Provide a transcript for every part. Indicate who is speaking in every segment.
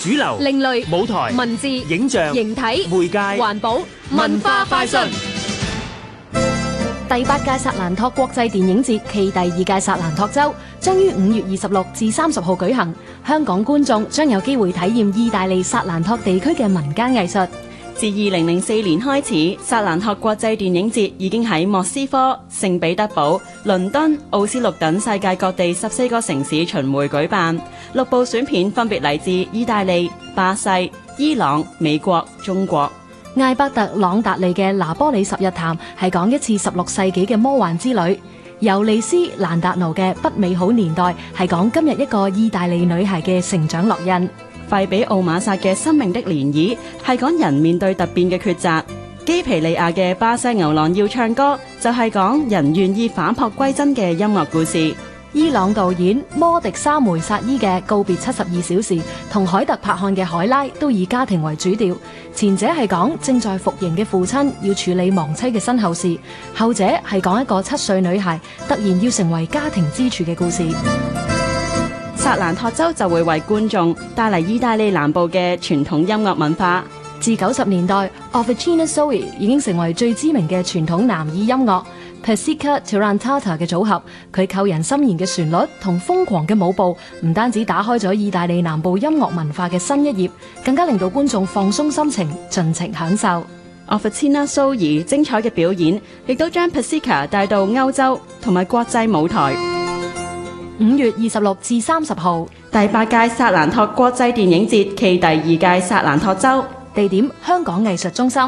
Speaker 1: 主流、
Speaker 2: 另類、
Speaker 1: 舞台、
Speaker 2: 文字、
Speaker 1: 影像、
Speaker 2: 形體、
Speaker 1: 媒介、
Speaker 2: 環保、文化快訊。
Speaker 3: 第八屆薩蘭托國際電影節暨第二屆薩蘭托州將於五月二十六至三十號舉行，香港觀眾將有機會體驗意大利薩蘭托地區嘅民間藝術。
Speaker 4: 自二零零四年開始，薩蘭托國際電影節已經喺莫斯科、聖彼得堡、倫敦、奧斯陸等世界各地十四個城市巡迴舉辦。六部選片分別嚟自意大利、巴西、伊朗、美國、中國。
Speaker 3: 艾伯特朗達利嘅《拿波里十日談》係講一次十六世紀嘅魔幻之旅。尤利斯蘭達奴嘅《不美好年代》係講今日一個意大利女孩嘅成長烙印。
Speaker 4: 費比奧馬薩嘅《生命的漣漪》係講人面對突變嘅抉擇。基皮利亞嘅《巴西牛郎要唱歌》就係講人願意反璞歸真嘅音樂故事。
Speaker 3: 伊朗導演摩迪沙梅薩伊嘅《告別七十二小時》同海特帕漢嘅《海拉》都以家庭為主調，前者係講正在服刑嘅父親要處理亡妻嘅身後事，後者係講一個七歲女孩突然要成為家庭支柱嘅故事。
Speaker 4: 薩蘭托州就會為觀眾帶嚟意大利南部嘅傳統音樂文化。
Speaker 3: 自九十年代 o f f i c i n a s o i 已經成為最知名嘅傳統南意音樂。Pesica Tarantata 嘅組合，佢扣人心弦嘅旋律同瘋狂嘅舞步，唔單止打開咗意大利南部音樂文化嘅新一頁，更加令到觀眾放鬆心情，盡情享受。
Speaker 4: Officina s o i 精彩嘅表演，亦都將 Pesica 帶到歐洲同埋國際舞台。
Speaker 3: 五月二十六至三十號，
Speaker 4: 第八屆薩蘭托國際電影節暨第二屆薩蘭托州，
Speaker 3: 地點香港藝術中心。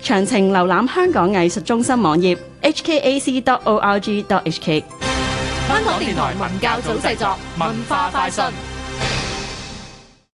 Speaker 4: 詳情瀏覽香港藝術中心網頁 hkac.org.hk。
Speaker 2: 香港電台文教組製作，文化快訊。